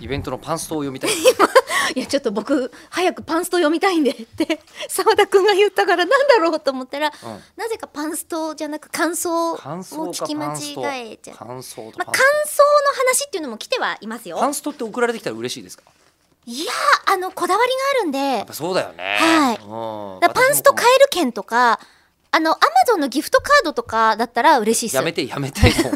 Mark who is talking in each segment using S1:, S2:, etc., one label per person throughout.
S1: イベントのパンストを読 みたい
S2: いやちょっと僕早くパンスト読みたいんでって 澤田君が言ったからなんだろうと思ったら、
S1: ん
S2: なぜかパンストじゃなく感想を
S1: 感想
S2: 聞
S1: か
S2: き
S1: パ
S2: 間
S1: ンスト
S2: 違えちゃう、まあ、
S1: 感想と
S2: 感想の
S1: パンスト
S2: 話っていうのも来てはいますよ
S1: パンストって送られてきたら嬉しいですかや
S2: いやーあのこだわりがあるんで
S1: っぱそうだよね
S2: は
S1: う
S2: い
S1: ん
S2: だからパンスト
S1: 私
S2: 買
S1: も
S2: える券とかあのアマゾンのギフトカードとかだったら嬉しいっす
S1: やめてやめ ても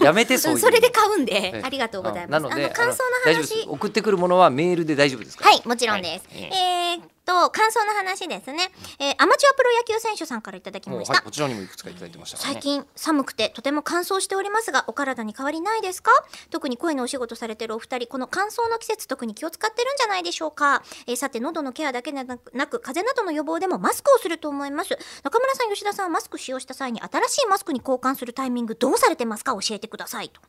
S1: うやめてそう
S2: う
S1: い
S2: ん
S1: う
S2: それで
S1: う
S2: 買うんで、
S1: ええ
S2: ありがとうござい
S1: な
S2: ます
S1: の
S2: あ
S1: で
S2: の感想
S1: あ
S2: の
S1: 大丈夫です
S2: 話
S1: 送ってくるものはメールで大丈夫ですか
S2: はいもちろんです、
S1: はい
S2: えーっと感想の話ですね、えーアマチュアプロ野球選手さんからいただき
S1: も
S2: ま
S1: う
S2: した、
S1: はいこちらにもいくつかいただいてましたから
S2: 最
S1: ね
S2: 近寒くてとても乾燥しておりますがお体に変わりないですか特に声のお仕事されてるお二人この乾燥の季節特に気を使ってるんじゃないでしょうか、えーさて喉のケアだけでなくなく風邪などの予防でもマスクをすると思います中村さん吉田さんはマスク使用した際に新しいマスクに交換するタイミングどうされてますか教えてくださいと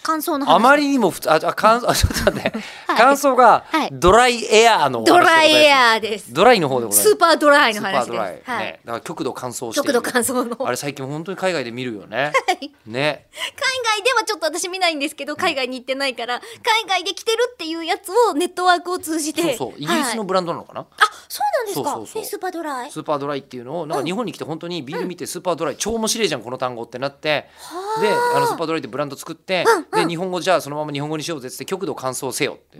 S2: 乾燥の話
S1: あまりにも普通ああ感あちょっと待って感想が
S2: はい
S1: ドライエアーのお話で
S2: ド
S1: ございます
S2: ライエアーです
S1: ドライの方でございます
S2: スーパードライの
S1: ス
S2: 話
S1: ーパー
S2: で
S1: ドライ、
S2: す、はい
S1: ね、だから極度乾燥してい
S2: 極
S1: る
S2: 度乾燥の
S1: あれ最近本当に海外で見るよね、
S2: はい
S1: ね
S2: 海外ではちょっと私見ないんですけど海外に行ってないから海外で着てるっていうやつをネットワークを通じて
S1: そうそうイギリスの
S2: はい
S1: ブランドなのかな、
S2: あそうなんです
S1: そ
S2: か
S1: うそうそう
S2: えスーパードライ
S1: スーパードライっていうのをなんか日本に来て本当にビール見てスーパードライ、超面白いじゃんこの単語ってなってであのスーパードライってブランド作って、で日本語じゃあそのまま日本語にしようぜっつって極度乾燥せよって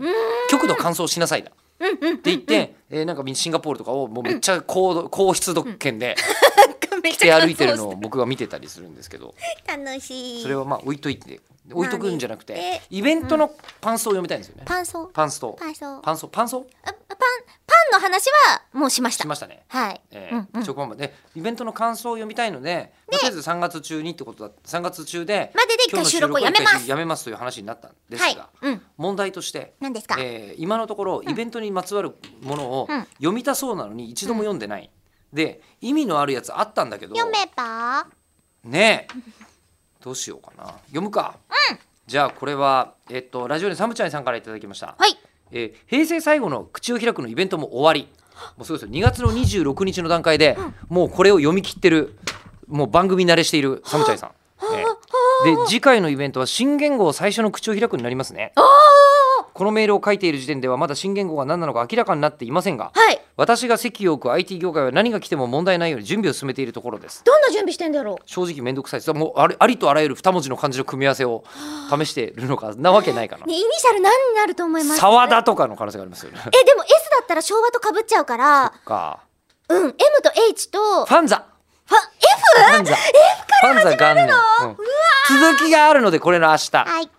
S1: 極度乾燥しなさいだって言って、えーなんかシンガポールとかをもうめっちゃ高,、高湿度圏で
S2: めっ
S1: 着て歩いて
S2: 乾
S1: る
S2: 燥
S1: のを僕が見てたりするんですけど
S2: して楽しい
S1: それはまあ置いといて置いとくんじゃなく
S2: まあね
S1: てイベントのパンストを読みたいんですよね。
S2: パンソ
S1: パンスト。
S2: パンソ
S1: パンスト。パンスト
S2: あパンパンの話はもうしました
S1: しましたね。
S2: はい、
S1: え
S2: うんう
S1: ー、
S2: ん
S1: チョコマンマでイベントの感想を読みたいので、まあとりあえず3月中にってことだ3月中で
S2: までで一
S1: 今
S2: 回
S1: 日の
S2: 収録をやめます
S1: 一回やめますという話になったんです
S2: はい
S1: が、
S2: うん
S1: 問題として
S2: 何ですか
S1: えー今のところイベントにまつわるものを
S2: うん
S1: 読みたそうなのに一度も読んでない、で意味のあるやつあったんだけど
S2: 読めば
S1: ねえどうしようかな読むか、じゃあこれは、えっと、ラジオネームサムチャイさんからいただきました、
S2: はい
S1: えー平成最後の「口を開く」のイベントも終わりもうそうですよ2月の26日の段階でもうこれを読み切ってるもう番組慣れしているサムチャイさん。えーで次回のイベントは新言語を最初の口を開くになりますねこのメールを書いている時点ではまだ新言語が何なのか明らかになっていませんが
S2: はい
S1: 私が席を置く IT 業界は何が来ても問題ないように準備を進めているところです
S2: どんな準備してんだろう
S1: 正直めんどくさいですもうありありとあらゆる二文字の漢字の組み合わせを試しているのかなわけないかな
S2: ねイニシャル何になると思います
S1: 沢田とかの可能性がありますよね
S2: えでも S だったら昭和と被っちゃうから
S1: か
S2: うん M と H と
S1: ファンザ
S2: ファ F?
S1: ファンザファンザ元年、うん続きがあるのでこれの明日
S2: はい